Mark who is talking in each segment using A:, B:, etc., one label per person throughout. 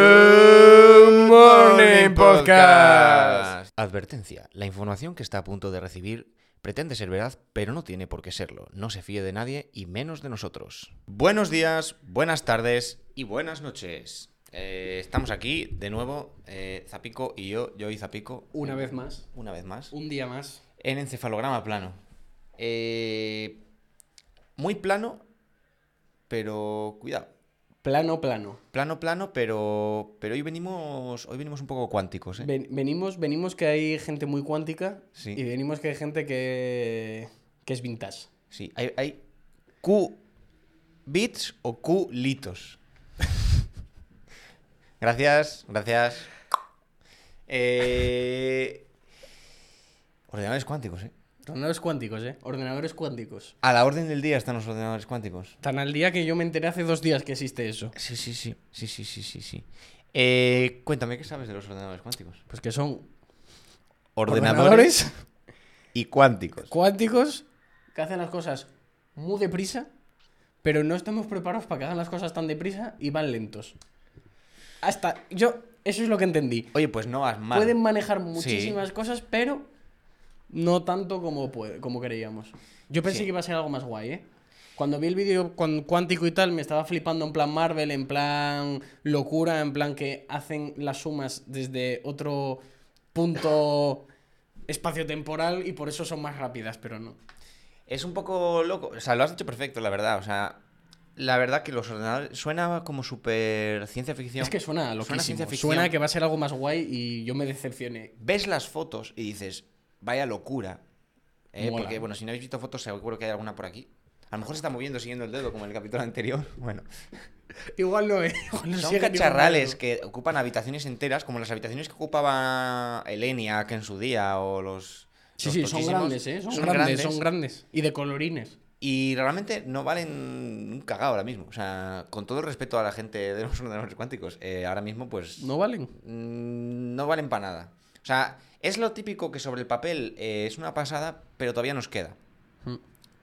A: Good Morning Podcast.
B: Advertencia. La información que está a punto de recibir pretende ser verdad, pero no tiene por qué serlo. No se fíe de nadie y menos de nosotros. Buenos días, buenas tardes y buenas noches. Eh, estamos aquí de nuevo, eh, Zapico y yo, yo y Zapico.
A: Una vez más,
B: Una vez más.
A: un día más.
B: En encefalograma plano. Eh, muy plano, pero cuidado.
A: Plano, plano.
B: Plano, plano, pero, pero hoy venimos hoy venimos un poco cuánticos, ¿eh?
A: Ven- venimos, venimos que hay gente muy cuántica
B: Sí.
A: y venimos que hay gente que, que es vintage.
B: Sí, hay, hay Q bits o Q litos. gracias, gracias. Eh... Ordenadores cuánticos, ¿eh?
A: Ordenadores cuánticos, ¿eh? Ordenadores cuánticos.
B: A la orden del día están los ordenadores cuánticos.
A: Tan al día que yo me enteré hace dos días que existe eso.
B: Sí, sí, sí, sí, sí, sí, sí. sí. Eh, cuéntame, ¿qué sabes de los ordenadores cuánticos?
A: Pues que son ordenadores
B: y cuánticos.
A: cuánticos que hacen las cosas muy deprisa, pero no estamos preparados para que hagan las cosas tan deprisa y van lentos. Hasta yo, eso es lo que entendí.
B: Oye, pues no vas mal.
A: Pueden manejar muchísimas cosas, pero no tanto como, puede- como creíamos. Yo pensé
B: Sí.
A: que iba a ser algo más guay, ¿eh? Cuando vi el vídeo con cuántico y tal, me estaba flipando en plan Marvel, en plan locura, en plan que hacen las sumas desde otro punto espacio-temporal y por eso son más rápidas, pero no.
B: Es un poco loco. O sea, lo has hecho perfecto, la verdad. O sea, la verdad que los ordenadores. Suena como súper ciencia ficción.
A: Es que suena
B: Suena
A: loquísimo.
B: ciencia
A: Suena,
B: ficción.
A: que va a ser algo más guay y yo me decepcioné.
B: Ves las fotos y dices, vaya locura. Eh,
A: Mola.
B: porque, bueno, si no habéis visto fotos, seguro que hay alguna por aquí. A lo mejor se está moviendo siguiendo el dedo, como en el capítulo anterior. Bueno,
A: Igual no, ¿eh? Igual no
B: son
A: llega ni un
B: cacharrales
A: momento.
B: que ocupan habitaciones enteras, como las habitaciones que ocupaba Elenia, que en su día, o los.
A: Sí,
B: los
A: sí, son
B: tochísimos.
A: grandes, ¿eh? Son, grandes, son grandes. Y de colorines.
B: Y realmente no valen un cagado ahora mismo. O sea, con todo el respeto a la gente de los ordenadores cuánticos, eh, ahora mismo pues
A: No valen.
B: mm, no valen para nada. O sea, es lo típico que sobre el papel eh, es una pasada, pero todavía nos queda.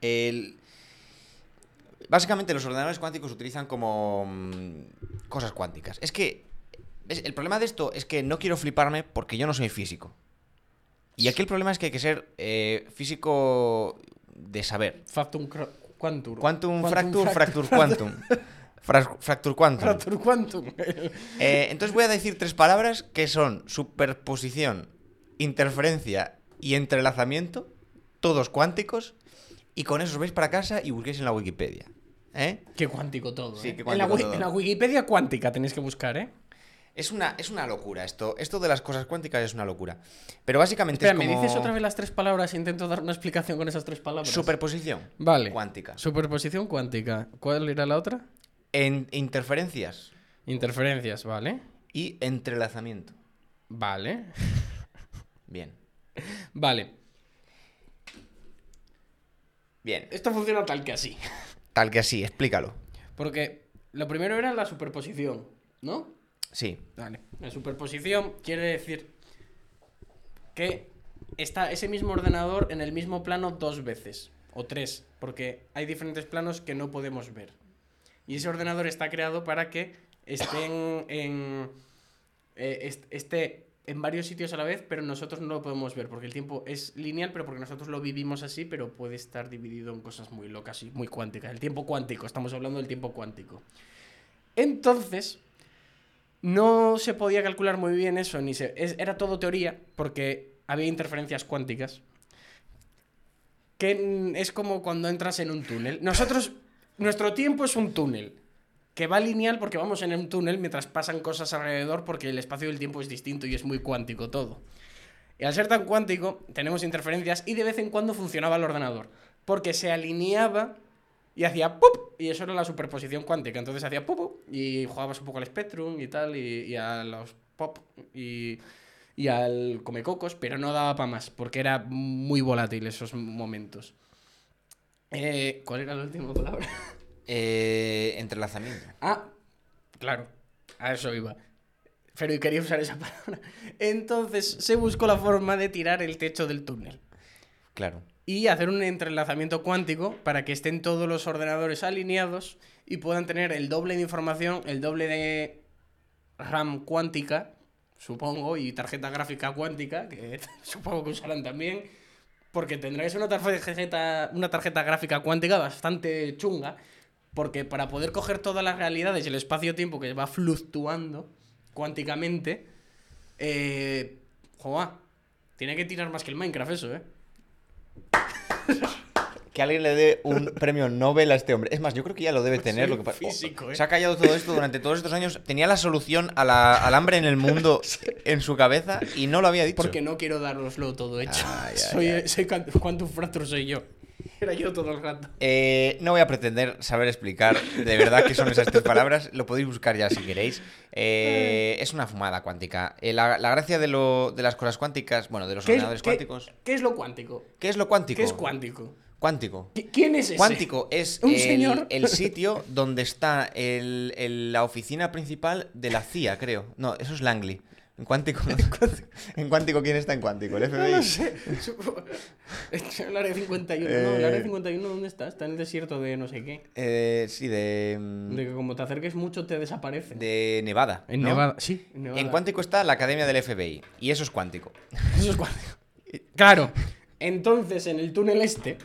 B: El- Básicamente los ordenadores cuánticos se utilizan como mm, cosas cuánticas. Es que es- el problema de esto es que no quiero fliparme porque yo no soy físico. Y aquí el problema es que hay que ser eh, físico de saber.
A: Factum cro- quantum.
B: Quantum, fractur,
A: fract-
B: fractur, quantum. Fra- fractur quantum.
A: Fractur quantum.
B: Eh, entonces voy a decir tres palabras que son superposición, interferencia y entrelazamiento, todos cuánticos, y con eso os vais para casa y busquéis en la Wikipedia. ¿eh?
A: Qué cuántico todo.
B: Sí,
A: ¿eh?
B: qué
A: en, la,
B: cuántico
A: wi-
B: todo.
A: en la Wikipedia cuántica tenéis que buscar, ¿eh?
B: Es, una, es una locura esto. Esto de las cosas cuánticas es una locura. Pero básicamente
A: Espera,
B: es
A: ¿me
B: como
A: dices otra vez las tres palabras e intento dar una explicación con esas tres palabras?
B: superposición
A: Vale.
B: cuántica.
A: Superposición cuántica. ¿Cuál era la otra?
B: En interferencias
A: Interferencias, vale.
B: y entrelazamiento.
A: Vale.
B: Bien.
A: Vale.
B: Bien.
A: Esto funciona tal que así.
B: Tal que así, explícalo.
A: Porque lo primero era la superposición, ¿no?
B: Sí.
A: Vale. La superposición quiere decir que está ese mismo ordenador en el mismo plano dos veces o tres, porque hay diferentes planos que no podemos ver. Y ese ordenador está creado para que estén en eh, est- esté en varios sitios a la vez, pero nosotros no lo podemos ver porque el tiempo es lineal, pero porque nosotros lo vivimos así, pero puede estar dividido en cosas muy locas y muy cuánticas. El tiempo cuántico, estamos hablando del tiempo cuántico. Entonces, no se podía calcular muy bien eso, ni se, es- era todo teoría, porque había interferencias cuánticas. Que mm, es como cuando entras en un túnel. Nosotros, nuestro tiempo es un túnel, que va lineal porque vamos en un túnel mientras pasan cosas alrededor, porque el espacio y el tiempo es distinto y es muy cuántico todo. Y al ser tan cuántico, tenemos interferencias y de vez en cuando funcionaba el ordenador, porque se alineaba y hacía ¡pup! Y eso era la superposición cuántica. Entonces hacía ¡pup! pup, Y jugabas un poco al Spectrum y tal, y, y a los pop y, y al Comecocos, pero no daba para más, porque era muy volátil esos momentos. Eh, ¿Cuál era la última palabra?
B: Eh, entrelazamiento.
A: Ah, claro, a eso iba. Pero yo quería usar esa palabra. Entonces se buscó la forma de tirar el techo del túnel
B: Claro.
A: y hacer un entrelazamiento cuántico para que estén todos los ordenadores alineados y puedan tener el doble de información, el doble de RAM cuántica, supongo, y tarjeta gráfica cuántica, que supongo que usarán también, porque tendréis una tarjeta, una tarjeta gráfica cuántica bastante chunga, porque para poder coger todas las realidades y el espacio-tiempo que va fluctuando cuánticamente, eh, joa, tiene que tirar más que el Minecraft eso, ¿eh?
B: Que alguien le dé un premio Nobel a este hombre. Es más, yo creo que ya lo debe tener.
A: Sí,
B: lo que pasa-
A: físico, ¿eh?
B: Se ha callado todo esto durante todos estos años. Tenía la solución a la- al hambre en el mundo en su cabeza y no lo había dicho.
A: Porque no quiero daroslo todo hecho.
B: Ay, ay,
A: soy,
B: ay.
A: soy cuan- ¿Cuánto fractur soy yo? Era yo todo el rato.
B: Eh, no voy a pretender saber explicar de verdad qué son esas tres palabras. Lo podéis buscar ya si queréis. Eh, es una fumada cuántica. Eh, la, la gracia de, lo- de las cosas cuánticas, bueno, de los
A: ¿Qué es,
B: ordenadores
A: qué-
B: cuánticos.
A: qué es lo cuántico?
B: ¿Qué es lo cuántico?
A: ¿Qué es cuántico?
B: Cuántico.
A: ¿Qui- ¿Quién es ese?
B: Cuántico es
A: ¿Un
B: el,
A: señor?
B: el sitio donde está el- el- la oficina principal de la CIA, creo. No, eso es Langley. En Cuántico. ¿En Cuántico quién está en Cuántico? ¿El
A: No
B: FBI?
A: lo sé. Supo- El área 51. No, el
B: Eh.
A: área 51, ¿dónde está? Está en el desierto de no sé qué.
B: Eh, sí, de. mm,
A: De que como te acerques mucho te desaparece.
B: De Nevada. ¿no?
A: sí. En Nevada.
B: En Cuántico está la academia del FBI. Y eso es Cuántico.
A: Eso es cuántico. Claro. Entonces, en el túnel este,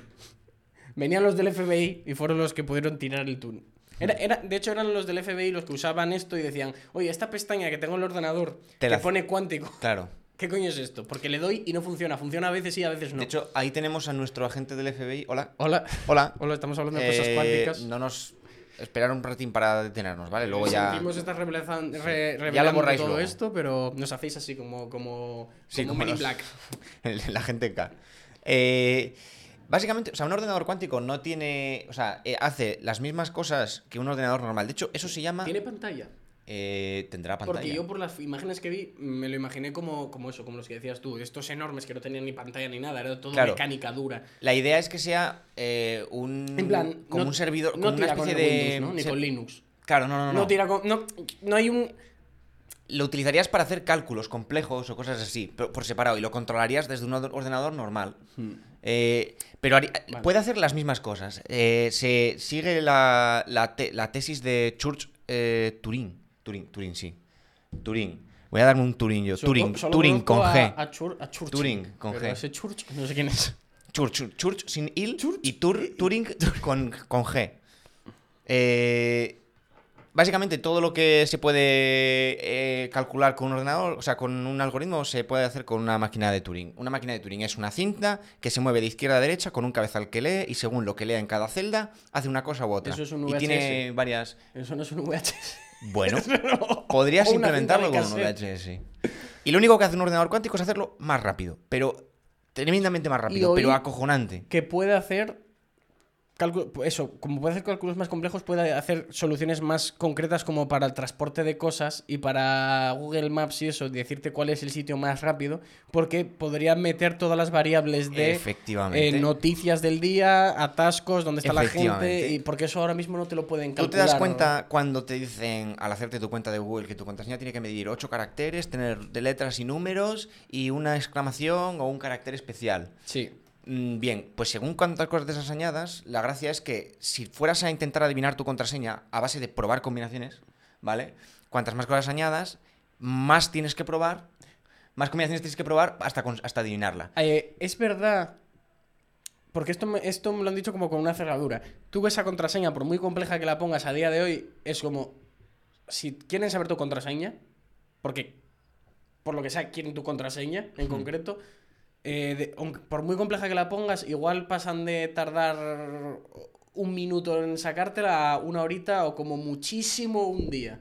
A: venían los del FBI y fueron los que pudieron tirar el túnel. Era, era- de hecho, eran los del FBI los que usaban esto y decían, oye, esta pestaña que tengo en el ordenador,
B: Te
A: que
B: la-
A: pone cuántico,
B: Claro.
A: ¿qué coño es esto? Porque le doy y no funciona. Funciona a veces sí, a veces no.
B: De hecho, ahí tenemos a nuestro agente del FBI. Hola.
A: hola.
B: Hola.
A: Hola, estamos hablando de cosas
B: Eh,
A: cuánticas.
B: No nos. Esperar un ratín para detenernos, ¿vale? Luego ya.
A: Sentimos estar revelazan- re- revelando
B: borráis
A: todo
B: luego.
A: esto, pero nos hacéis así como como,
B: Sí,
A: como
B: como
A: Men in
B: los-
A: Black.
B: El- la gente K. Eh, básicamente, o sea, un ordenador cuántico no tiene. O sea, eh, hace las mismas cosas que un ordenador normal. De hecho, eso se llama.
A: ¿Tiene pantalla?
B: eh, tendrá pantalla.
A: Porque yo por las imágenes que vi me lo imaginé como, como eso, como los que decías tú, de estos enormes que no tenían ni pantalla ni nada, era todo
B: Claro.
A: mecánica dura.
B: La idea es que sea eh, un.
A: En plan,
B: Como
A: no-
B: un servidor.
A: no
B: como una
A: tira
B: especie
A: con el
B: de.
A: Windows, ¿no? ni
B: se-
A: con Linux.
B: Claro, no, no,
A: No,
B: no. no.
A: tira con no, no hay un
B: Lo utilizarías para hacer cálculos complejos o cosas así, pero por separado, y lo controlarías desde un or- ordenador normal. Eh, pero haría-
A: Hmm. Vale.
B: puede hacer las mismas cosas. Eh, se sigue la, la te- la tesis de Church eh, Turing. Turing, Turing, sí. Turing. Voy a darme un Turing yo.
A: solo-
B: Turing,
A: solo
B: Turing con
A: conozco a-
B: G.
A: A, Chur- a Church.
B: Turing con
A: Pero
B: G.
A: Ese Church, no sé quién es.
B: Church, Church, Church sin il
A: Church.
B: y Tur- Turing con, con G. Eh, básicamente todo lo que se puede eh, calcular con un ordenador, o sea, con un algoritmo, se puede hacer con una máquina de Turing. Una máquina de Turing es una cinta que se mueve de izquierda a derecha con un cabezal que lee y según lo que lea en cada celda, hace una cosa u otra.
A: Eso es un
B: y tiene
A: VHS.
B: varias...
A: Eso no es un VHS.
B: Bueno, podrías
A: O una
B: implementarlo
A: cinta
B: con
A: de
B: un
A: cassette.
B: VHS. Y lo único que hace un ordenador cuántico es hacerlo más rápido, pero tremendamente más rápido,
A: hoy-
B: pero acojonante.
A: que puede hacer cálculo- eso, como puede hacer cálculos más complejos, puede hacer soluciones más concretas como para el transporte de cosas y para Google Maps y eso, decirte cuál es el sitio más rápido, porque podría meter todas las variables de
B: Efectivamente.
A: eh, noticias del día, atascos, dónde está la gente,
B: Efectivamente.
A: y porque eso ahora mismo no te lo pueden
B: Tú
A: calcular.
B: te das cuenta cuando te dicen al hacerte tu cuenta de Google que tu contraseña tiene que medir 8 caracteres, tener de letras y números y una exclamación o un carácter especial.
A: Sí.
B: Mm, Bien, pues según cuántas cosas de esas añadas, la gracia es que si fueras a intentar adivinar tu contraseña a base de probar combinaciones, ¿vale? Cuantas más cosas añadas, más tienes que probar, más combinaciones tienes que probar hasta, cons- hasta adivinarla.
A: Eh, es verdad. Porque esto me, esto me lo han dicho como con una cerradura. Tú esa contraseña, por muy compleja que la pongas a día de hoy, es como. Si quieren saber tu contraseña, porque por lo que sea quieren tu contraseña en concreto, eh, de- aunque- por muy compleja que la pongas, igual pasan de tardar un minuto en sacártela a una horita o como muchísimo un día.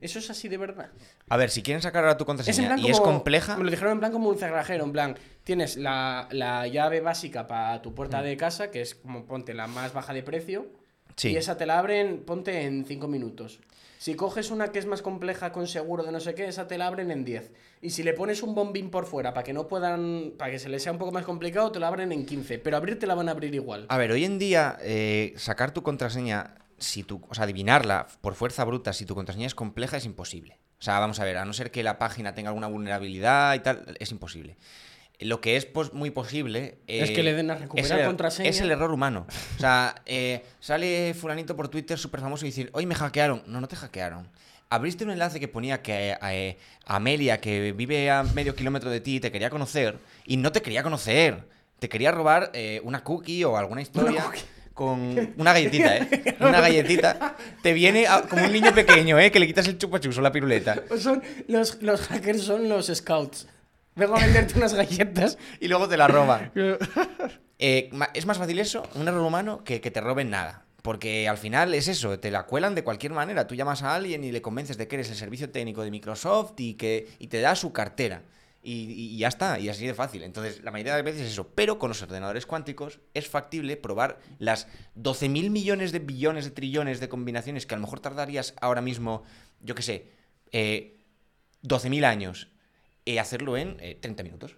A: Eso es así de verdad.
B: A ver, si quieren sacar ahora tu
A: Es en
B: contraseña
A: plan
B: y es
A: como-
B: compleja,
A: Me lo dijeron en plan como un cerrajero, en plan, tienes la, la llave básica para tu
B: Mm.
A: puerta de casa, que es como ponte la más baja de precio,
B: sí.
A: y esa te la abren, ponte en 5 minutos. Si coges una que es más compleja con seguro de no sé qué, esa te la abren en 10. Y si le pones un bombín por fuera para que no puedan, para que se les sea un poco más complicado, te la abren en 15, pero abrir te la van a abrir igual.
B: A ver, hoy en día, eh, sacar tu contraseña, si tu, o sea, adivinarla por fuerza bruta, si tu contraseña es compleja, es imposible. O sea, vamos a ver, a no ser que la página tenga alguna vulnerabilidad y tal, es imposible. Lo que es pos- muy posible.
A: Es
B: eh,
A: que le den a recuperar
B: el-
A: contraseña.
B: Es el error humano. O sea, eh, sale Fulanito por Twitter súper famoso y dice: Hoy me hackearon. No, no te hackearon. abriste un enlace que ponía que eh, eh, Amelia, que vive a medio kilómetro de ti, te quería conocer y no te quería conocer. Te quería robar eh, una cookie o alguna historia con una galletita, ¿eh? Una galletita. Te viene a- como un niño pequeño, ¿eh? Que le quitas el chupachus o la piruleta.
A: Son, los, los hackers son los scouts. Vengo a venderte unas galletas.
B: Y luego te la roban. Eh, ma- es más fácil eso, un error humano, que que te roben nada. Porque al final es eso, te la cuelan de cualquier manera. Tú llamas a alguien y le convences de que eres el servicio técnico de Microsoft y que y te da su cartera. Y, y- y ya está, y así de fácil. Entonces, la mayoría de las veces es eso. Pero con los ordenadores cuánticos es factible probar las 12.000 millones de billones de trillones de combinaciones que a lo mejor tardarías ahora mismo, yo qué sé, eh, 12.000 años, eh, hacerlo en eh, 30 minutos.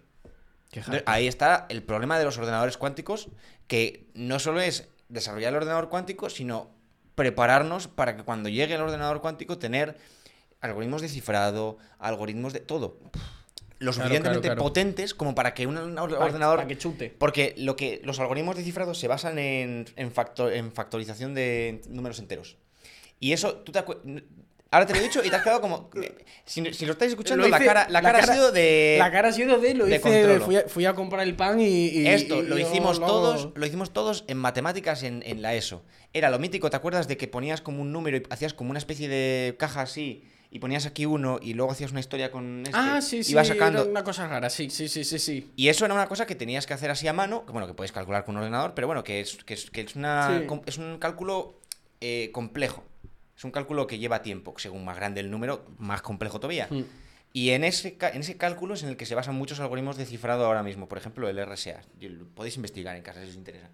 B: Entonces, ahí está el problema de los ordenadores cuánticos, que no solo es desarrollar el ordenador cuántico, sino prepararnos para que cuando llegue el ordenador cuántico tener algoritmos de cifrado, algoritmos de todo. Lo
A: claro,
B: suficientemente
A: claro.
B: potentes como para que un or-
A: Pa-
B: ordenador...
A: pa' que chute.
B: Porque lo que los algoritmos de cifrado se basan en, en, facto- en factorización de números enteros. Y eso, tú te acu- Ahora te lo he dicho y te has quedado como... Si, si lo estáis escuchando,
A: Lo
B: la
A: hice-
B: cara, la cara ha sido de...
A: La cara ha sido de. Lo
B: Eh, de
A: hice.
B: controlo.
A: Fui a, fui a comprar el pan y. y-
B: Esto
A: y-
B: lo
A: y yo
B: hicimos
A: lo hago-
B: todos, lo hicimos todos en matemáticas en, en la ESO. Era lo mítico, ¿te acuerdas de que ponías como un número y hacías como una especie de caja así y ponías aquí uno y luego hacías una historia con este
A: Ah, sí, sí.
B: ibas
A: era
B: sacando
A: una cosa rara, sí, sí, sí, sí. sí.
B: y eso era una cosa que tenías que hacer así a mano, que bueno, que puedes calcular con un ordenador, pero bueno, que es, que es, que es, una,
A: Sí.
B: com- es un cálculo eh, complejo. Es un cálculo que lleva tiempo. Según más grande el número, más complejo todavía.
A: Mm.
B: Y en ese, ca- en ese cálculo es en el que se basan muchos algoritmos de cifrado ahora mismo. Por ejemplo, el RSA. Y lo Podéis investigar en casa si os interesa.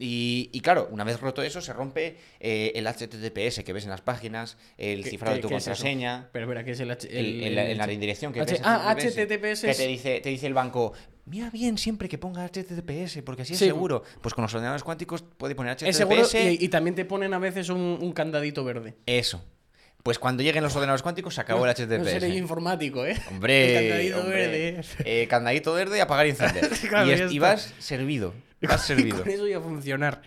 B: Y, y claro, una vez roto eso, se rompe eh, el HTTPS que ves en las páginas, el
A: ¿Qué-
B: cifrado
A: qué-
B: de tu
A: qué es eso?
B: contraseña
A: Pero espera, que es el. H-
B: el, el- en la redirección que
A: H-
B: ves,
A: ah,
B: HTTPS,
A: HTTPS.
B: que te dice te dice el banco mira bien siempre que ponga HTTPS porque así es
A: Sí.
B: seguro pues con los ordenadores cuánticos puede poner HTTPS
A: Es seguro. Y, y también te ponen a veces un, un candadito verde.
B: eso pues cuando lleguen los ordenadores cuánticos se acabó el HTTPS
A: No seré yo informático, ¿eh?
B: hombre
A: El candadito
B: hombre.
A: verde.
B: Eh, candadito verde apagar y encender
A: Claro,
B: y,
A: ya
B: es- y
A: está.
B: vas servido vas
A: Y
B: servido
A: con eso iba a funcionar.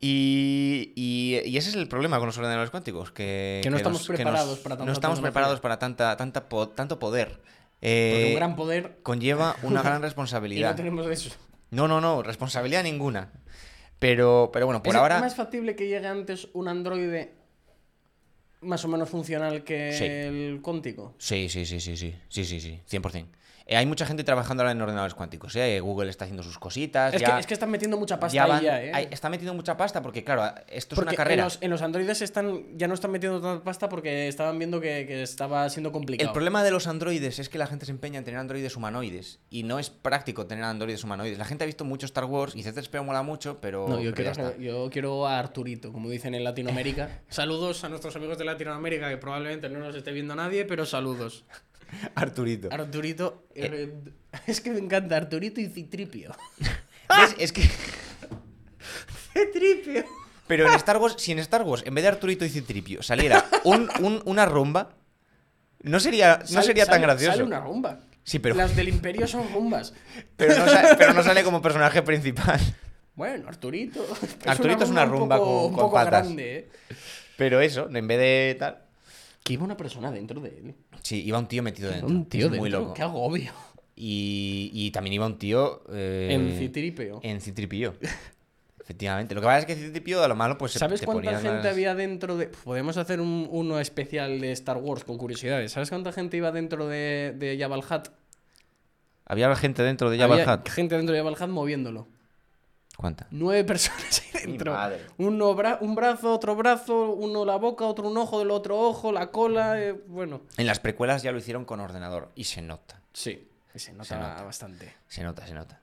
B: Y, y- y ese es el problema con los ordenadores cuánticos, que,
A: Que no estamos
B: que
A: preparados para tanta
B: No estamos
A: tecnología.
B: preparados para tanta, tanta po- tanto poder. Eh,
A: Porque un gran poder.
B: conlleva una gran
A: Y no
B: responsabilidad.
A: tenemos eso.
B: No, no, no, responsabilidad ninguna. Pero, pero bueno, por
A: ¿Es
B: ahora.
A: más factible que llegue antes un androide más o menos funcional que
B: Sí.
A: el cuántico?
B: Sí, sí, sí, sí, sí, sí, sí, sí, 100%. Eh, hay mucha gente trabajando ahora en ordenadores cuánticos, ¿eh? Google está haciendo sus cositas.
A: Es,
B: ya,
A: que, es que están metiendo mucha pasta
B: ya
A: ahí
B: van-
A: ya, ¿eh?
B: hay- está metiendo mucha pasta porque, claro, esto
A: Porque
B: es una carrera.
A: En, los, en los androides están, ya no están metiendo tanta pasta porque estaban viendo que, que estaba siendo complicado.
B: El problema de los androides es que la gente se empeña en tener androides humanoides y no es práctico tener androides humanoides. La gente ha visto mucho Star Wars y C3PO mola mucho, pero.
A: no, yo
B: pero ya
A: quiero,
B: está.
A: yo quiero a Arturito, como dicen en Latinoamérica. saludos a nuestros amigos de Latinoamérica, que probablemente no nos esté viendo nadie, pero saludos.
B: Arturito.
A: Arturito, eh, es que me encanta Arturito y Citripio.
B: ¿Ves? Es que.
A: Citripio.
B: Pero en Star Wars, si en Star Wars, en vez de Arturito y Citripio, saliera un, un- una rumba, no sería, no
A: Sal-
B: sería tan
A: sale-
B: gracioso.
A: Sale una rumba.
B: Sí, pero,
A: Las del Imperio son rumbas.
B: pero, no sale, pero no sale como personaje principal.
A: Bueno, Arturito.
B: Arturito es una rumba
A: un poco,
B: con-
A: un
B: con
A: poco
B: patas.
A: grande, ¿eh?
B: Pero eso, en vez de tal.
A: Que iba una persona dentro de él.
B: Sí, iba un tío metido dentro.
A: Un tío
B: es
A: dentro.
B: muy loco.
A: Qué agobio.
B: Y, y también iba un tío. eh,
A: en Citripeo.
B: En Citripio. Efectivamente. Lo que pasa es que Citripio, a lo malo, pues se-
A: ¿Sabes
B: te
A: cuánta
B: ponían
A: gente
B: unas-
A: había dentro de.? Pf, Podemos hacer un, uno especial de Star Wars con curiosidades. ¿Sabes cuánta gente iba dentro de, de Jabal Hat?
B: Había gente dentro de Jabal Hat.
A: Gente dentro de Jabal Hat moviéndolo.
B: ¿Cuánta?
A: Nueve personas ahí
B: Mi
A: dentro.
B: madre.
A: Uno bra- un brazo, otro brazo, uno la boca, otro un ojo, el otro ojo, la
B: Mm.
A: cola. eh, bueno.
B: En las precuelas ya lo hicieron con ordenador. Y se nota.
A: Sí, se nota,
B: nota.
A: bastante.
B: Se nota, se nota.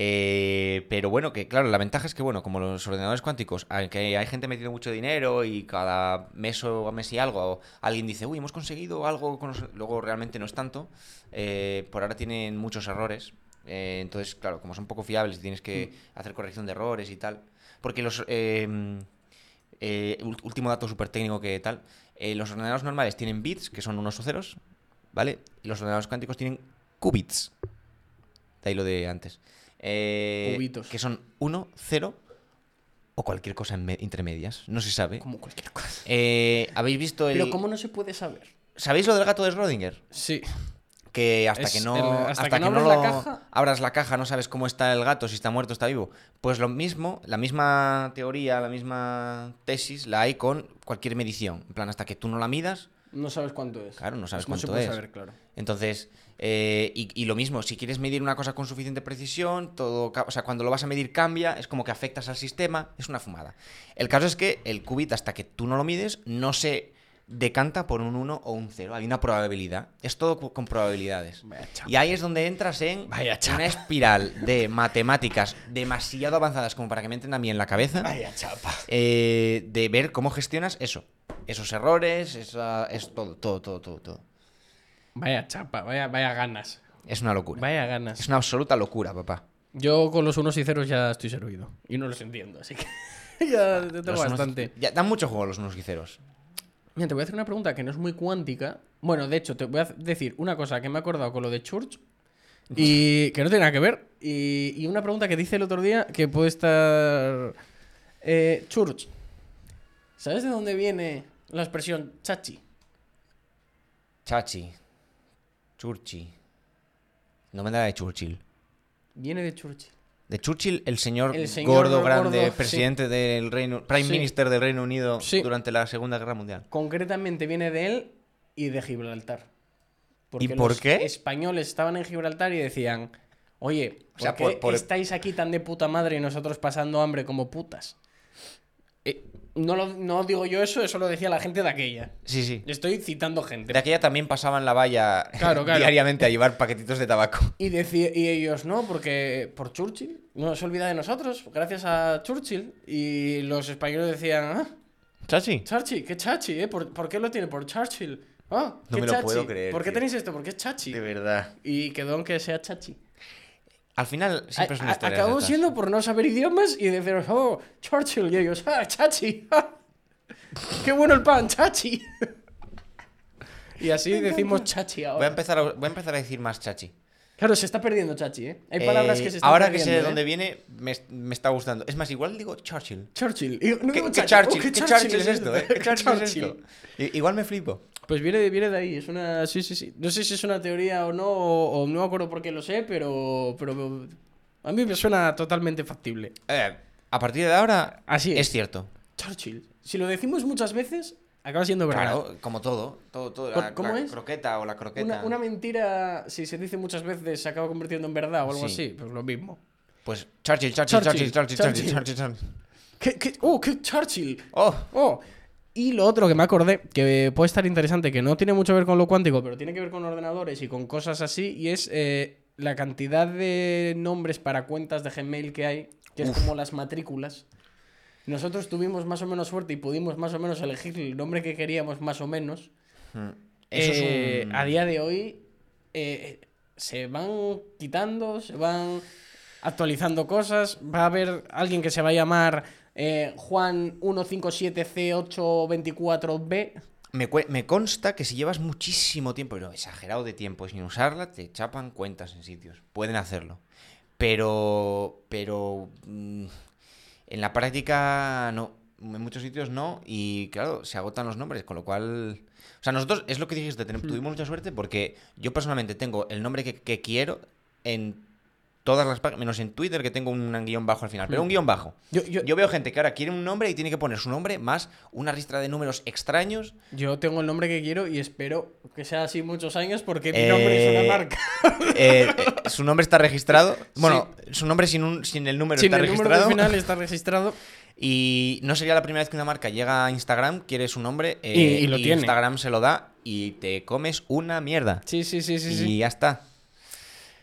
B: Eh, pero bueno, que claro, la ventaja es que, bueno, como los ordenadores cuánticos, aunque hay gente metiendo mucho dinero y cada mes o mes y algo, alguien dice, uy, hemos conseguido algo, con los-". luego realmente no es tanto. eh, por ahora tienen muchos errores. eh, entonces, claro, como son poco fiables, tienes que
A: Mm.
B: hacer corrección de errores y tal. Porque los. eh, eh, ul- último dato súper técnico que tal. eh, los ordenadores normales tienen bits, que son unos o ceros, ¿vale? Y los ordenadores cuánticos tienen qubits. De ahí lo de antes. Eh,
A: Cubitos.
B: Que son 1, 0, o cualquier cosa en me- entre medias. No se sabe.
A: Como cualquier cosa.
B: Eh, ¿Habéis visto el.
A: Pero ¿cómo no se puede saber?
B: ¿Sabéis lo del gato de Schrödinger?
A: Sí.
B: Que hasta
A: Es
B: que no,
A: el-
B: hasta que no
A: abras
B: lo-
A: la caja.
B: abras la caja no sabes cómo está el gato, si está muerto o está vivo. Pues lo mismo, la misma teoría, la misma tesis la hay con cualquier medición. En plan, hasta que tú no la midas,
A: No sabes cuánto es.
B: claro, no sabes
A: Pues no se
B: cuánto
A: puede
B: es.
A: saber, claro.
B: Entonces, eh, y, y lo mismo, si quieres medir una cosa con suficiente precisión, todo, ca- o sea, cuando lo vas a medir cambia, es como que afectas al sistema, es una fumada. El caso es que el qubit, hasta que tú no lo mides, no se decanta por un 1 o un 0, hay una probabilidad, es todo cu- con probabilidades.
A: Vaya chapa.
B: Y ahí es donde entras en
A: Vaya chapa.
B: una espiral de matemáticas demasiado avanzadas como para que me entren a mí en la cabeza
A: Vaya chapa.
B: eh, de ver cómo gestionas eso. Esos errores, esa, es todo, todo, todo, todo, todo.
A: Vaya chapa, vaya, vaya ganas.
B: Es una locura.
A: Vaya ganas.
B: Es una absoluta locura, papá.
A: Yo con los unos y ceros ya estoy servido. Y no los entiendo, así que ya tengo
B: Los unos-
A: bastante.
B: ya, dan mucho juego los unos quiceros.
A: Mira, te voy a hacer una pregunta que no es muy cuántica. Bueno, de hecho, te voy a decir una cosa que me he acordado con lo de Church y que no tiene nada que ver. Y, y una pregunta que dice el otro día que puede estar. Eh, Church, ¿sabes de dónde viene la expresión chachi?
B: Chachi. Churchi. No me da de Churchill.
A: Viene de Churchill.
B: De Churchill, el señor,
A: El señor
B: gordo,
A: gordo,
B: grande,
A: sí.
B: presidente del Reino... Prime
A: Sí.
B: Minister del Reino Unido
A: Sí.
B: durante la Segunda Guerra Mundial.
A: Concretamente viene de él y de Gibraltar.
B: ¿Y por
A: los
B: qué?
A: españoles estaban en Gibraltar y decían, oye, ¿por
B: sea,
A: qué
B: por- e-" por-
A: estáis aquí tan de puta madre y nosotros pasando hambre como putas? Eh, no, lo, no digo yo eso, eso lo decía la gente de aquella.
B: Sí, sí.
A: Estoy citando gente.
B: De aquella también pasaban la valla
A: Claro, claro.
B: diariamente a llevar paquetitos de tabaco.
A: Y, deci- y ellos no, porque por Churchill. No se olvida de nosotros, gracias a Churchill. Y los españoles decían, ah,
B: Chachi.
A: Chachi, qué chachi, ¿eh? ¿Por, por qué lo tiene? Por Churchill. Ah,
B: No
A: qué
B: me lo
A: chachi.
B: puedo creer,
A: ¿Por qué
B: tío.
A: tenéis esto? Porque es chachi.
B: De verdad.
A: Y quedó en que sea chachi.
B: Al final siempre es
A: A-
B: una
A: a-
B: historia. de
A: acabó
B: estas.
A: siendo por no saber idiomas y decir, oh, Churchill. Y ellos, ah, chachi. ah, qué bueno el pan, chachi. y así decimos chachi
B: Voy a,
A: ahora.
B: empezar a, voy a empezar a decir más chachi.
A: Claro, se está perdiendo chachi, ¿eh? Hay
B: Eh,
A: palabras que se están
B: ahora
A: perdiendo.
B: que sé de
A: ¿eh?
B: dónde viene, me, me está gustando. Es más, igual digo Churchill.
A: Churchill. Y- no
B: ¿Qué,
A: digo
B: qué
A: chachi, oh,
B: Churchill?
A: ¿qué este.
B: ¿Qué Churchill es esto? eh? ¿Qué Churchill es esto? I- Igual me flipo.
A: Pues viene, viene de ahí, es una... Sí, sí, sí. No sé si es una teoría o no, o, o no me acuerdo por qué lo sé, pero, pero a mí me suena totalmente factible.
B: Eh, a partir de ahora,
A: Así es.
B: es cierto.
A: Churchill. Si lo decimos muchas veces, acaba siendo verdad.
B: Claro, como todo. todo, todo
A: Co-
B: la,
A: ¿cómo
B: la
A: es?
B: croqueta o la croqueta.
A: Una, una mentira, si se dice muchas veces, se acaba convirtiendo en verdad o algo
B: Sí.
A: así, pues lo mismo.
B: Pues Churchill, Churchill, Churchill,
A: Churchill,
B: Churchill, Churchill,
A: Churchill.
B: Churchill. Churchill.
A: ¿Qué, qué? ¡Oh, qué Churchill!
B: Oh,
A: Oh, y lo otro que me acordé, que puede estar interesante, que no tiene mucho que ver con lo cuántico, pero tiene que ver con ordenadores y con cosas así, y es eh, la cantidad de nombres para cuentas de Gmail que hay, que es como las matrículas. Nosotros tuvimos más o menos suerte y pudimos más o menos elegir el nombre que queríamos más o menos.
B: mm, eso
A: Eh,
B: es un...
A: A día de hoy eh, se van quitando, se van actualizando cosas. Va a haber alguien que se va a llamar eh, Juan 157C824B.
B: Me, cue- me consta que si llevas muchísimo tiempo, pero exagerado de tiempo, sin usarla, te chapan cuentas en sitios. Pueden hacerlo. Pero. Pero. mm, En la práctica, no. En muchos sitios no. Y claro, se agotan los nombres, con lo cual. O sea, nosotros, es lo que dijiste, tenem- tuvimos mucha suerte porque yo personalmente tengo el nombre que, que quiero en todas las páginas, menos en Twitter que tengo un guión bajo al final, pero un guión bajo.
A: Yo, yo, yo...
B: Yo veo gente que ahora quiere un nombre y tiene que poner su nombre más una ristra de números extraños
A: tengo el nombre que quiero y espero que sea así muchos años porque mi nombre es
B: Eh,
A: una marca.
B: Eh, eh, su nombre está registrado. Bueno, su nombre sin, un, sin el número
A: Sin
B: está
A: el número
B: registrado.
A: del final está registrado.
B: Y no sería la primera vez que una marca llega a Instagram, quiere su nombre eh,
A: Y- y lo tiene.
B: Instagram se lo da y te comes una mierda.
A: Sí, sí, sí, sí.
B: y
A: sí.
B: ya está.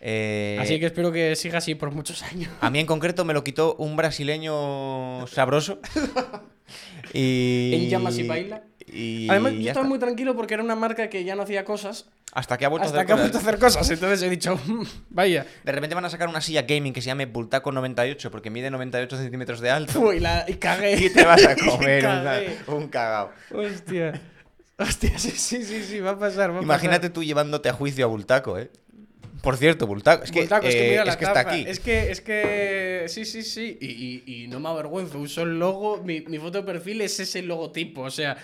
B: Eh,
A: Así que espero que siga así por muchos años.
B: A mí en concreto me lo quitó un brasileño sabroso. y...
A: En llamas y baila.
B: y
A: Además, yo
B: ya
A: estaba
B: está.
A: muy tranquilo porque era una marca que ya no hacía cosas
B: Hasta que ha vuelto a
A: hasta
B: hacer
A: que ha
B: cosas.
A: vuelto a hacer cosas. Entonces he dicho, "Mm, vaya.
B: De repente van a sacar una silla gaming que se llame Bultaco 98 porque mide 98 centímetros de alto.
A: Uy, la, y cagué.
B: Y te vas a comer
A: Y
B: un-
A: cagué.
B: un, cagao.
A: Hostia. Hostia, sí, sí, sí, sí, va a pasar. Va a
B: Imagínate tú llevándote a juicio a Bultaco, ¿eh? Por cierto, Bultaco, es que,
A: Bultaco, es que
B: eh,
A: mira la
B: es que está
A: tapa.
B: aquí.
A: Es que, es que. Sí, sí, sí. Y, y- y no me avergüenzo. Uso el logo. Mi, mi foto de perfil es ese logotipo. O sea,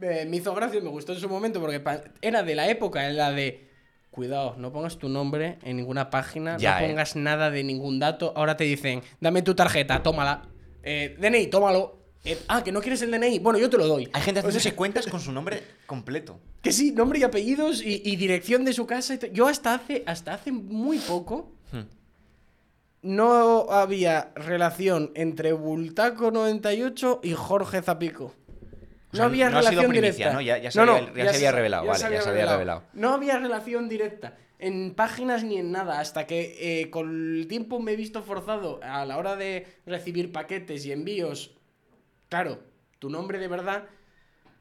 A: eh, me hizo gracia y me gustó en su momento porque pa- era de la época en la de. Cuidado, no pongas tu nombre en ninguna página,
B: Ya,
A: no
B: eh.
A: pongas nada de ningún dato. Ahora te dicen, dame tu tarjeta, tómala. Eh, DNI, tómalo. Eh, ah, que no quieres el DNI. Bueno, yo te lo doy.
B: Hay gente
A: O sea,
B: haciéndose cuentas con su nombre completo.
A: que sí, nombre y apellidos y, y dirección de su casa. y to- Yo hasta hace, hasta hace muy poco
B: Hmm.
A: no había relación entre Bultaco 98 y Jorge Zapico.
B: O sea,
A: No había
B: no ha sido
A: relación
B: primicia,
A: directa.
B: ¿no? Ya- ya se había- ya se había revelado, vale, ya se había revelado.
A: No había relación directa en páginas ni en nada, hasta que eh, con el tiempo me he visto forzado a la hora de recibir paquetes y envíos. Claro, tu nombre de verdad,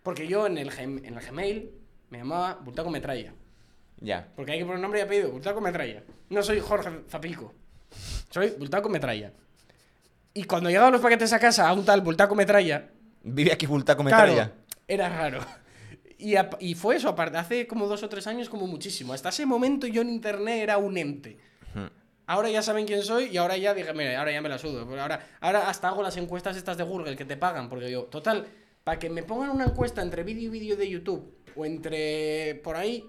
A: porque yo en el, gem- en el Gmail me llamaba Bultaco Metralla.
B: Ya.
A: Porque hay que poner nombre y apellido. Bultaco Metralla. No soy Jorge Zapico. Soy Bultaco Metralla. Y cuando llegaban los paquetes a casa a un tal Bultaco Metralla,
B: Vive aquí Bultaco
A: claro,
B: Metralla.
A: era raro. Y, ap- y fue eso, aparte, hace como dos o tres años como muchísimo. Hasta ese momento yo en internet era un ente. Ahora ya saben quién soy y ahora ya dije, mira, ahora ya me la sudo. Pero Ahora, ahora hasta hago las encuestas estas de Google que te pagan, porque yo, total, para que me pongan una encuesta entre vídeo y vídeo de YouTube o entre por ahí,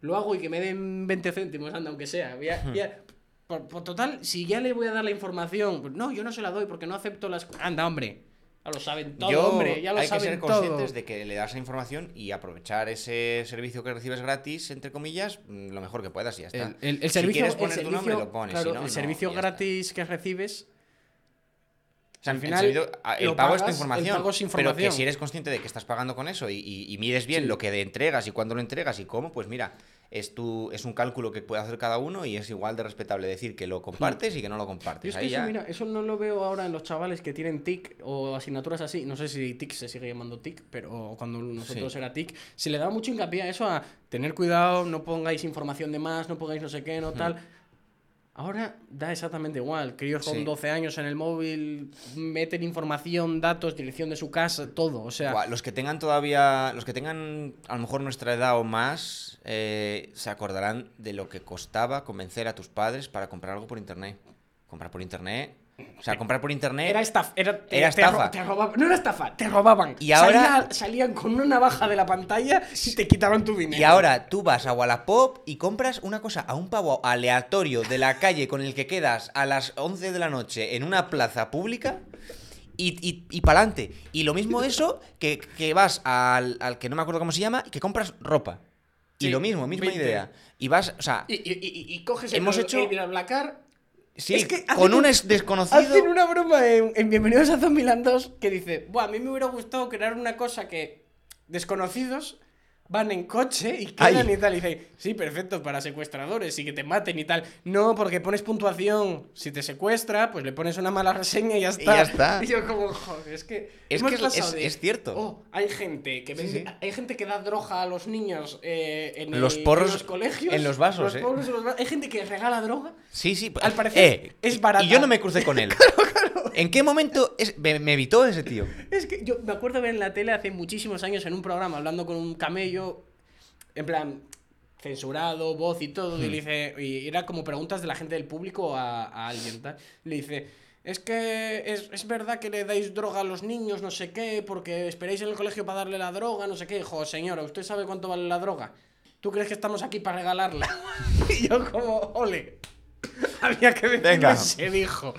A: lo hago y que me den 20 céntimos, anda, aunque sea. Ya- ya- por, por total, si ya le voy a dar la información, pues, no, yo no se la doy porque no acepto las... Anda, hombre, ya lo saben todo,
B: Yo-
A: hombre, ya lo
B: hay que
A: saben
B: ser
A: todo.
B: conscientes de que le das la información y aprovechar ese servicio que recibes gratis, entre comillas, mm, lo mejor que puedas y ya está.
A: El, el- el
B: Si
A: servicio,
B: quieres
A: el
B: poner tu nombre,
A: servicio-
B: lo pones.
A: claro,
B: si no,
A: el
B: no,
A: servicio
B: y ya está.
A: gratis que recibes
B: O sea,
A: al
B: el
A: final,
B: servicio- a- ah, el,
A: lo
B: pago es tu
A: pagas, el
B: información,
A: pago es
B: Pero que
A: información.
B: si eres consciente de que estás pagando con eso y, y- y mides bien lo que de entregas y cuándo lo entregas y cómo, pues mira, es, tu, es un cálculo que puede hacer cada uno y es igual de respetable decir que lo compartes y que no lo
A: Yo
B: compartes.
A: es
B: Pues
A: que
B: Ahí
A: eso,
B: ya.
A: mira, eso no lo veo ahora en los chavales que tienen TIC o asignaturas así. No sé si TIC se sigue llamando TIC, pero cuando nosotros
B: Sí.
A: era TIC, se le daba mucho hincapié a eso, a tener cuidado, no pongáis información de más, no pongáis no sé qué, no tal. Ahora da exactamente igual. Críos con
B: Sí.
A: 12 años en el móvil meten información, datos, dirección de su casa, todo. O sea,
B: Buah, los que tengan todavía, los que tengan a lo mejor nuestra edad o más, eh, se acordarán de lo que costaba convencer a tus padres para comprar algo por internet. Comprar por internet. O sea, comprar por internet.
A: Era estafa. Era, te-
B: Era
A: te ro-
B: estafa.
A: Te, robaban. No era estafa, te robaban.
B: Y ahora-
A: Salía- salían con una navaja de la pantalla y te quitaban tu dinero.
B: Y ahora tú vas a Wallapop y compras una cosa a un pavo aleatorio de la calle con el que quedas a las 11 de la noche en una plaza pública y, y, y pa'lante. Y lo mismo eso que, que vas al, al que no me acuerdo cómo se llama y que compras ropa. Y
A: Sí,
B: lo mismo, misma
A: 20.
B: idea. Y vas, o sea,
A: Y, y- y- y coges
B: Hemos
A: el,
B: hecho-
A: el Blablacar.
B: sí,
A: es que hacen
B: con un
A: un-
B: es- desconocido.
A: Hacen una broma en, en Bienvenidos a Zombielandos que dice: Buah, a mí me hubiera gustado crear una cosa que desconocidos van en coche y quedan
B: Ay.
A: y tal. Y dice: Sí, perfecto, para secuestradores y que te maten y tal. No, porque pones puntuación. Si te secuestra, pues le pones una mala reseña y ya está.
B: ya está.
A: Y yo, como, joder, es que.
B: Es
A: hemos
B: que es-
A: pasado
B: es- es cierto.
A: Oh, hay gente que vende-
B: sí.
A: hay gente que da droga a los niños eh, en,
B: Los
A: el-
B: porros
A: en los colegios.
B: en los vasos, eh.
A: porros en los va- Hay gente que regala droga.
B: Sí, sí.
A: Al parecer, es
B: y-
A: barata.
B: Y yo no me crucé con él. ¿En qué momento es- me, me evitó ese tío?
A: Es que yo me acuerdo ver en la tele hace muchísimos años en un programa hablando con un camello, en plan censurado, voz y todo, y le dice, y era como preguntas de la gente del público a, a alguien, tal. Le dice, es que es, es verdad que le dais droga a los niños, no sé qué, porque esperáis en el colegio para darle la droga, no sé qué. Dijo, señora, ¿usted sabe cuánto vale la droga? ¿Tú crees que estamos aquí para regalarla? y yo como, ole, había que decirlo,
B: Venga.
A: se dijo.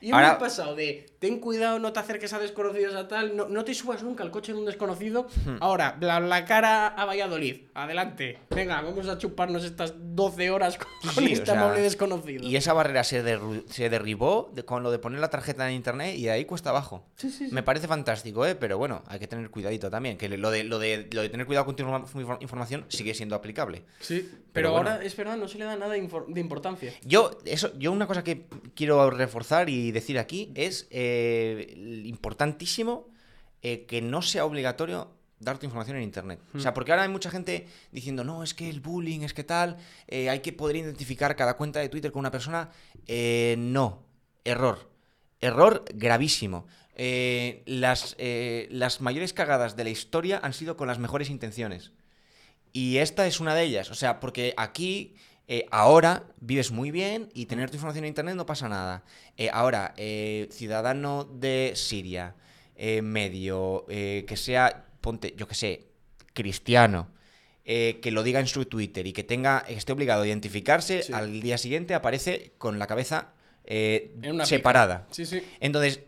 A: Y
B: Ahora-
A: hemos pasado de ten cuidado, no te acerques a desconocidos a tal, no, no te subas nunca al coche de un desconocido.
B: Hmm.
A: Ahora, bla bla cara a Valladolid, adelante. Venga, vamos a chuparnos estas 12 horas con,
B: Sí,
A: con
B: sí,
A: este
B: o sea,
A: amable desconocido.
B: Y esa barrera se, derru- se derribó de- con lo de poner la tarjeta en internet y de ahí cuesta abajo. Me parece fantástico, ¿eh? Pero bueno, hay que tener cuidadito también. Que lo de, lo de, lo de tener cuidado con tu informa- infor- información sigue siendo aplicable.
A: Sí, pero,
B: pero
A: ahora,
B: bueno.
A: es verdad, no se le da nada de infor- de importancia.
B: Yo, eso, yo una cosa que quiero reforzar y decir aquí es eh, el importantísimo eh, que no sea obligatorio dar tu información en internet. O sea, porque ahora hay mucha gente diciendo, no, es que el bullying, es que tal, eh, hay que poder identificar cada cuenta de Twitter con una persona. Eh, no, error. Error gravísimo. Eh, las, eh, las mayores cagadas de la historia han sido con las mejores intenciones. Y esta es una de ellas. O sea, porque aquí eh, ahora vives muy bien y tener tu información en Internet no pasa nada. Eh, ahora, eh, ciudadano de Siria, eh, medio, eh, que sea, ponte, yo que sé, cristiano, eh, que lo diga en su Twitter y que tenga, esté obligado a identificarse,
A: Sí.
B: al día siguiente aparece con la cabeza eh,
A: En una pica.
B: separada.
A: Sí, sí.
B: Entonces,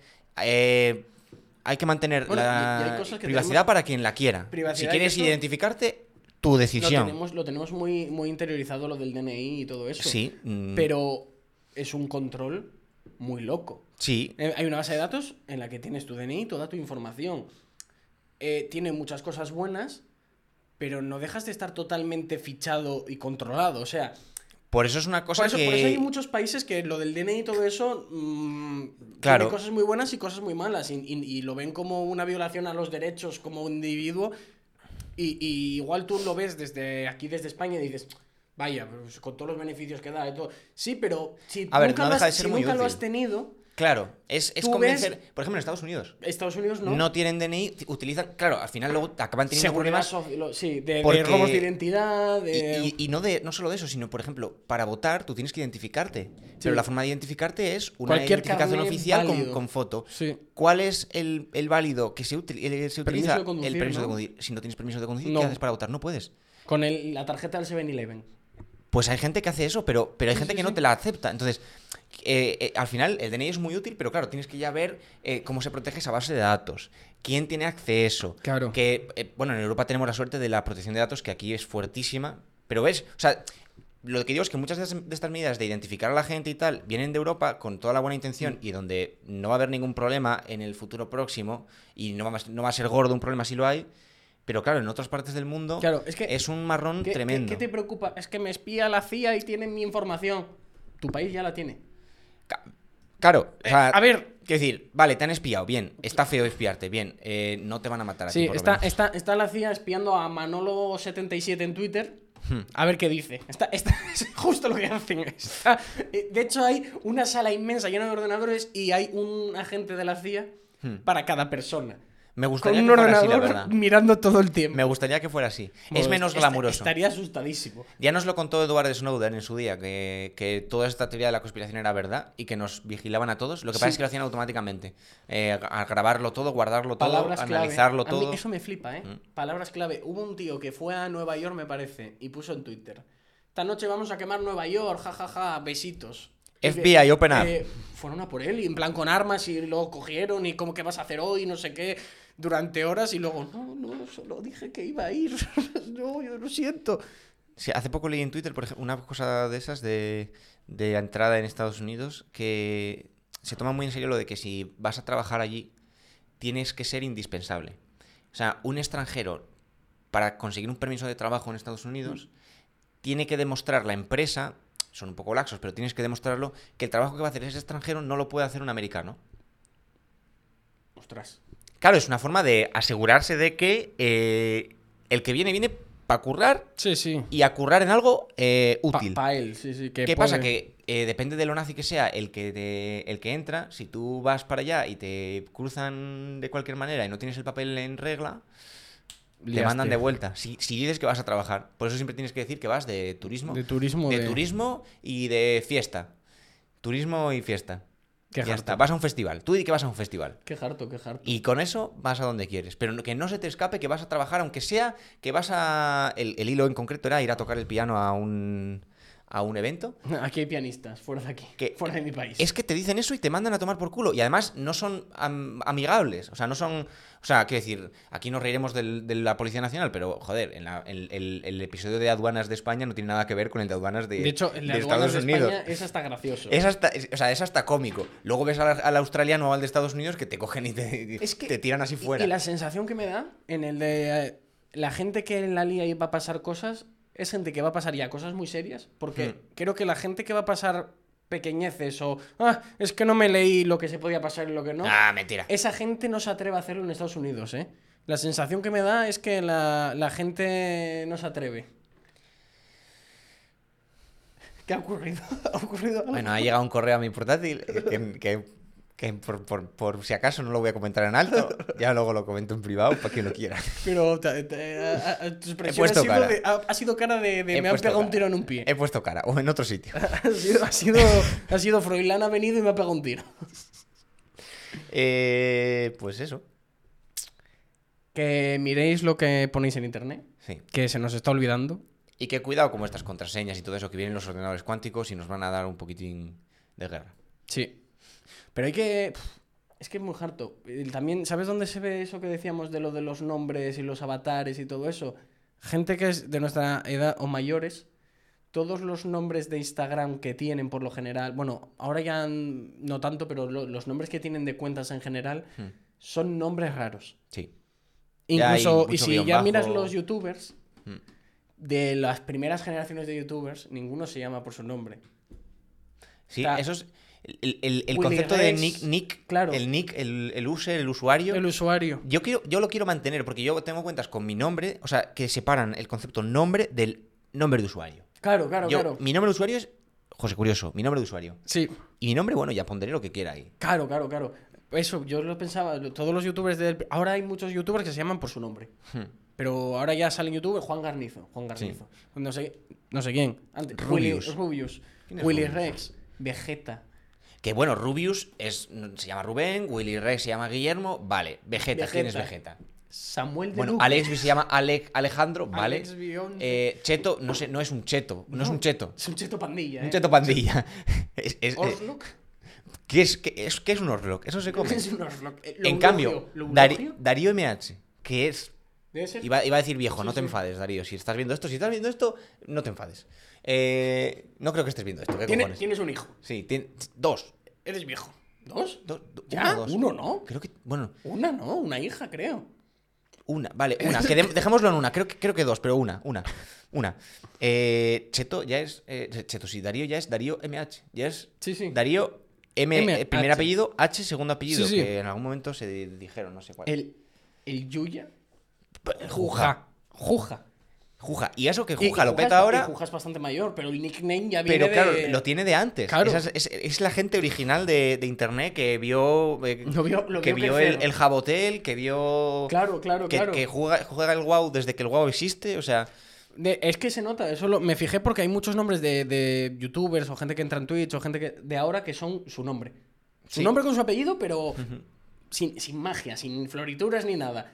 B: eh, hay que mantener
A: Bueno, y- y hay
B: la
A: cosas que
B: privacidad
A: tenemos-
B: para quien la quiera.
A: Privacidad
B: Si
A: y
B: quieres
A: eso-
B: identificarte, tu
A: Lo
B: decisión.
A: tenemos, lo tenemos muy, muy interiorizado lo del DNI y todo eso.
B: Sí, mm,
A: Pero es un control muy loco.
B: sí,
A: Eh, Hay una base de datos en la que tienes tu DNI, toda tu información. Eh, tiene muchas cosas buenas, pero no dejas de estar totalmente fichado y controlado. O sea,
B: por eso es una cosa
A: por, eso,
B: que...
A: por eso hay muchos países que lo del DNI y todo eso. mm,
B: Claro.
A: Tiene cosas muy buenas y cosas muy malas. Y, y- y lo ven como una violación a los derechos como individuo. Y, y igual tú lo ves desde aquí, desde España, y dices. Vaya, pues, con todos los beneficios que da y todo. Sí, pero si
B: A ver,
A: nunca,
B: no
A: lo,
B: deja
A: has,
B: de ser
A: si
B: muy
A: nunca lo
B: útil.
A: has tenido,
B: Claro, es, es
A: Tú
B: convencer... Por ejemplo, en Estados Unidos.
A: Estados Unidos
B: No. tienen DNI, utilizan... Claro, al final luego acaban teniendo
A: Seguridad
B: problemas...
A: soci- lo- sí, de, de
B: porque-
A: robos de identidad,
B: Y,
A: de...
B: y- y no, de, no solo de eso, sino, por ejemplo, para votar tú tienes que identificarte. Pero la forma de identificarte es una
A: Cualquier
B: identificación
A: carné
B: oficial con,
A: válido.
B: con foto.
A: Sí.
B: ¿Cuál es el, el válido que se, util- el- se
A: Permiso
B: utiliza?
A: de conducir,
B: el permiso de
A: ¿no?
B: conducir. Si no tienes permiso de conducir,
A: No.
B: ¿qué haces para votar? No puedes.
A: Con el- la tarjeta del 7-Eleven.
B: Pues hay gente que hace eso, pero, pero hay
A: Sí,
B: gente
A: sí,
B: que
A: sí.
B: no te la acepta. Entonces, eh, eh, al final el DNI es muy útil, pero claro, tienes que ya ver eh, cómo se protege esa base de datos, quién tiene acceso.
A: Claro.
B: Que, eh, bueno, en Europa tenemos la suerte de la protección de datos, que aquí es fuertísima, pero ves, o sea, lo que digo es que muchas de, esas- de estas medidas de identificar a la gente y tal vienen de Europa con toda la buena
A: Mm.
B: intención y donde no va a haber ningún problema en el futuro próximo y no va, a- no va a ser gordo un problema si lo hay. Pero claro, en otras partes del mundo
A: Claro, es que-
B: un marrón
A: ¿Qué,
B: tremendo.
A: qué- qué te preocupa? Es que me espía la CIA y tienen mi información. Tu país ya la tiene.
B: Ca- Claro, o sea,
A: Eh, a ver.
B: Quiero decir, vale, te han espiado, bien. Está feo espiarte, bien. eh, no te van a matar a ti,
A: Sí,
B: por lo
A: está,
B: menos.
A: está, está la CIA espiando a Manolo77 en Twitter.
B: Hmm.
A: A ver qué dice. Está, está- es justo lo que hacen. Está- eh, de hecho, hay una sala inmensa llena de ordenadores y hay un agente de la CIA
B: Hmm.
A: para cada persona.
B: Me
A: Con
B: gustaría
A: un
B: que fuera así, la
A: ordenador
B: verdad.
A: mirando todo el tiempo.
B: Me gustaría que fuera así. es
A: Bueno,
B: menos
A: est-
B: glamuroso.
A: Estaría asustadísimo.
B: Ya nos lo contó Eduardo Snowden en su día, que, que toda esta teoría de la conspiración era verdad y que nos vigilaban a todos. Lo que pasa
A: Sí.
B: es que lo hacían automáticamente. Eh, a- a grabarlo todo, guardarlo todo,
A: Palabras clave.
B: analizarlo
A: A mí
B: todo.
A: eso me flipa, ¿eh?
B: Mm.
A: Palabras clave. Hubo un tío que fue a Nueva York, me parece, y puso en Twitter. Esta noche vamos a quemar Nueva York, jajaja, besitos. Y
B: FBI,
A: que,
B: open up.
A: eh, fueron a por él, y en plan con armas, y lo cogieron, y como que vas a hacer hoy, no sé qué, durante horas, y luego, no, no, solo dije que iba a ir. no, yo lo siento.
B: Sí, hace poco leí en Twitter, por ejemplo, una cosa de esas de, de la entrada en Estados Unidos que se toma muy en serio lo de que si vas a trabajar allí tienes que ser indispensable. O sea, un extranjero para conseguir un permiso de trabajo en Estados Unidos tiene que demostrar la empresa, son un poco laxos, pero tienes que demostrarlo, que el trabajo que va a hacer ese extranjero no lo puede hacer un americano.
A: Ostras.
B: Claro, es una forma de asegurarse de que eh, el que viene viene para currar
A: Sí, sí.
B: y a currar en algo eh, útil.
A: Para él, sí, sí. Que
B: ¿Qué pasa?
A: puede-
B: Que eh, depende de lo nazi que sea el que, te- el que entra, si tú vas para allá y te cruzan de cualquier manera y no tienes el papel en regla, te
A: Liaste.
B: mandan de vuelta. Si, si dices que vas a trabajar, por eso siempre tienes que decir que vas de turismo.
A: De turismo.
B: de
A: de-
B: turismo y de fiesta. Turismo y fiesta.
A: Qué
B: ya
A: harto.
B: está, vas a un festival. Tú di que vas a un festival.
A: Qué harto, qué harto.
B: Y con eso vas a donde quieres. Pero no- que no se te escape que vas a trabajar, aunque sea que vas a... El, el hilo en concreto era ir a tocar el piano a un, a un evento.
A: Aquí hay pianistas, fuera de aquí.
B: Que-
A: Fuera de mi país.
B: Es que te dicen eso y te mandan a tomar por culo. Y además no son am- amigables. O sea, no son. O sea, quiero decir, aquí nos reiremos del- de la Policía Nacional, pero joder, en la- el, el- el episodio de aduanas de España no tiene nada que ver con el de aduanas de,
A: De hecho, en las
B: de
A: aduanas
B: Estados
A: de
B: Unidos.
A: España es hasta gracioso.
B: Es hasta, es- o sea, es hasta cómico. Luego ves al, al australiano o al de Estados Unidos que te cogen y te,
A: Es que-
B: te tiran así
A: Y-
B: fuera.
A: Y, la sensación que me da en el de eh, la gente que en la lía y va a pasar cosas es gente que va a pasar ya cosas muy serias. Porque
B: Hmm.
A: creo que la gente que va a pasar pequeñeces o ah, es que no me leí lo que se podía pasar y lo que no.
B: Ah, mentira.
A: Esa gente no se atreve a hacerlo en Estados Unidos, ¿eh? La sensación que me da es que la, la gente no se atreve. ¿Qué ha ocurrido? ¿Ha ocurrido algo?
B: Bueno, ha llegado un correo a mi portátil eh, que, que que por, por- por si acaso no lo voy a comentar en alto, ya luego lo comento en privado para quien lo quiera.
A: Pero ta- ta- a- a- tu expresión ha
B: puesto
A: sido,
B: cara.
A: de- ha, ha sido cara de, de
B: He
A: me han
B: puesto
A: pegado un
B: cara.
A: tiro en un pie.
B: He puesto cara, o en otro sitio.
A: Ha sido, ha sido, ha sido Froilán ha venido y me ha pegado un tiro.
B: Eh, pues eso,
A: Que miréis lo que ponéis en internet,
B: sí.
A: que se nos está olvidando.
B: Y que cuidado con estas contraseñas y todo eso que vienen los ordenadores cuánticos y nos van a dar un poquitín de guerra.
A: Sí. Pero hay que. pf, Es que es muy harto. Y También, ¿sabes dónde se ve eso que decíamos de lo de los nombres y los avatares y todo eso? Gente que es de nuestra edad o mayores, todos los nombres de Instagram que tienen por lo general, bueno, ahora ya n- no tanto, pero lo- los nombres que tienen de cuentas en general
B: Hmm,
A: son nombres raros.
B: Sí. Ya hay
A: Incluso, y
B: mucho
A: si
B: guión
A: ya miras
B: bajo.
A: los youtubers,
B: Hmm.
A: de las primeras generaciones de youtubers, ninguno se llama por su nombre.
B: Sí,
A: Está-
B: eso es. El, el- el- el
A: Willy
B: concepto de
A: Rex,
B: nick, nick,
A: claro.
B: el nick, el, el user, el usuario.
A: El usuario.
B: Yo, quiero, yo lo quiero mantener porque yo tengo cuentas con mi nombre, o sea, que separan el concepto nombre del nombre de usuario.
A: Claro, claro,
B: Yo-
A: claro.
B: Mi nombre de usuario es José Curioso, mi nombre de usuario.
A: Sí.
B: Y mi nombre, bueno, ya pondré lo que quiera ahí.
A: Claro, claro, claro. Eso, yo lo pensaba, lo- todos los youtubers del... Ahora hay muchos youtubers que se llaman por su nombre.
B: Hmm.
A: Pero ahora ya salen youtubers Juan Garnizo, Juan Garnizo. No, sé, no sé quién. Antes,
B: Rubius.
A: Willy, Rubius,
B: ¿Quién es
A: Willy
B: Rubius?
A: Rex, Vegeta.
B: Que bueno, Rubius es, se llama Rubén, Willy Rex se llama Guillermo, vale. Vegeta, ¿quién es
A: Vegeta.
B: Vegeta?
A: Samuel de
B: Bueno,
A: Luca.
B: Alex se llama Alec, Alejandro, vale.
A: Alex Biondi.
B: Eh, cheto, no sé, no es un cheto, no, es un cheto.
A: Es un cheto pandilla,
B: Un
A: ¿eh?
B: cheto pandilla. Es- es- eh,
A: Orlok.
B: ¿qué, es, qué es- qué es un Orlock? Eso se come.
A: Es un Orlok. Eh,
B: en
A: Loulogio.
B: cambio,
A: ¿Loulogio?
B: Dari- Darío MH, que es
A: Debe ser-
B: Iba, iba a decir viejo, no te
A: sí.
B: enfades, Darío. Si estás viendo esto, si estás viendo esto, no te enfades. Eh, no creo que estés viendo esto. ¿Qué
A: Tiene-
B: cojones?
A: tienes un hijo.
B: Sí, tien- dos.
A: Eres viejo. ¿Dos?
B: Do- do-
A: ¿Ya?
B: o dos.
A: Uno, ¿no?
B: Creo que. Bueno,
A: Una, ¿no? Una hija, creo.
B: una. Vale, una. que de- dejémoslo en una. Creo que, creo que dos, pero una. Una. Una. Eh, Cheto ya es. eh, Cheto, sí, Darío ya es Darío MH. Ya es.
A: Sí, sí.
B: Darío M.
A: MH.
B: eh, primer apellido, H, segundo apellido.
A: Sí, sí.
B: Que en algún momento se di- dijeron, no sé cuál.
A: El, el Yuya.
B: Juja.
A: Juja.
B: Juja. Y eso que
A: Y- y
B: Juja lo
A: es-
B: peta ahora.
A: y Juja es bastante mayor, pero el nickname ya viene
B: Pero claro,
A: de-
B: lo tiene de antes.
A: Claro.
B: Esa es, es- es la gente original de, de internet que vio, eh,
A: Lo vio- lo
B: que
A: vio
B: vio el,
A: crecer.
B: el jabotel, que vio
A: Claro, claro,
B: que,
A: claro.
B: que juega, juega el WoW desde que el WoW existe, o sea,
A: De- es que se nota, eso lo- me fijé porque hay muchos nombres de, de youtubers o gente que entra en Twitch o gente que, de ahora que son su nombre. Su
B: Sí.
A: nombre con su apellido, pero sin, sin magia, sin florituras ni nada.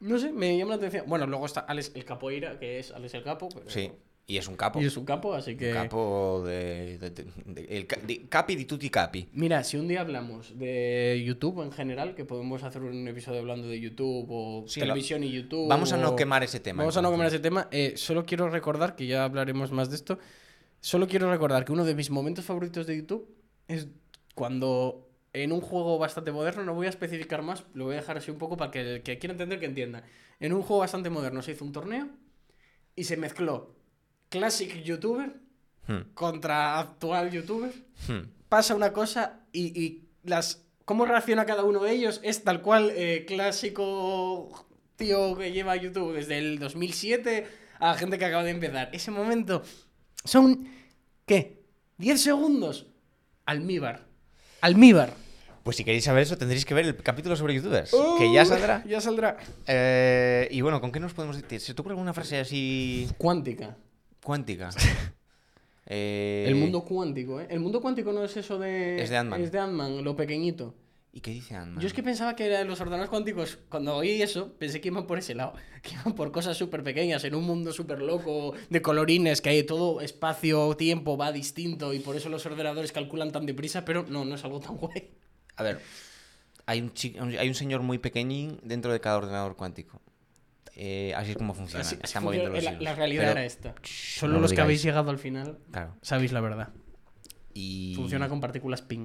A: No sé, me llama la atención. Bueno, luego está Alex el Capoeira, que es Alex el Capo. pero-
B: sí, y es un capo,
A: Y es un capo, así que...
B: un capo de, de- de- de- el ca- de- capi di tutti capi.
A: Mira, si un día hablamos de YouTube en general, que podemos hacer un episodio hablando de YouTube o
B: Sí, lo-
A: televisión y YouTube.
B: Vamos a
A: o-
B: no quemar ese tema.
A: Uh. Vamos a no quemar
B: entonces.
A: ese tema. Eh, solo quiero recordar, que ya hablaremos más de esto, solo quiero recordar que uno de mis momentos favoritos de YouTube es cuando en un juego bastante moderno, no voy a especificar más, lo voy a dejar así un poco para que el que quiera entender que entienda. En un juego bastante moderno se hizo un torneo y se mezcló Classic YouTuber contra actual YouTuber
B: Hmm, hmm.
A: pasa una cosa y, y las cómo reacciona cada uno de ellos es tal cual eh, clásico tío que lleva YouTube desde el 2007 a gente que acaba de empezar. Ese momento son ¿qué? 10 segundos. Almíbar. Almíbar.
B: Pues si queréis saber eso tendréis que ver el capítulo sobre youtubers,
A: Uh.
B: que ya saldrá.
A: Ya saldrá.
B: Eh, y bueno, ¿con qué nos podemos decir? ¿Se te ocurre alguna frase así
A: Cuántica.
B: cuántica? Eh,
A: El mundo cuántico, ¿eh? El mundo cuántico no es eso de
B: Es de Ant-Man.
A: es de Ant-Man, lo pequeñito.
B: ¿Y qué dice Ant-Man?
A: Yo es que pensaba que era los ordenadores cuánticos, cuando oí eso, pensé que iban por ese lado, que iban por cosas súper pequeñas, en un mundo súper loco, de colorines, que hay todo espacio, tiempo, va distinto, y por eso los ordenadores calculan tan deprisa, pero no, no es algo tan guay.
B: A ver, hay un, chi- hay un señor muy pequeñín dentro de cada ordenador cuántico. Eh, así es como funciona.
A: Así- así
B: Están moviendo
A: funciona-
B: los
A: la,
B: hilos.
A: la realidad
B: Pero-
A: era esta.
B: Shh, no
A: Solo
B: lo
A: los que
B: digáis.
A: habéis llegado al final
B: Claro.
A: sabéis la verdad.
B: Y...
A: Funciona con partículas ping.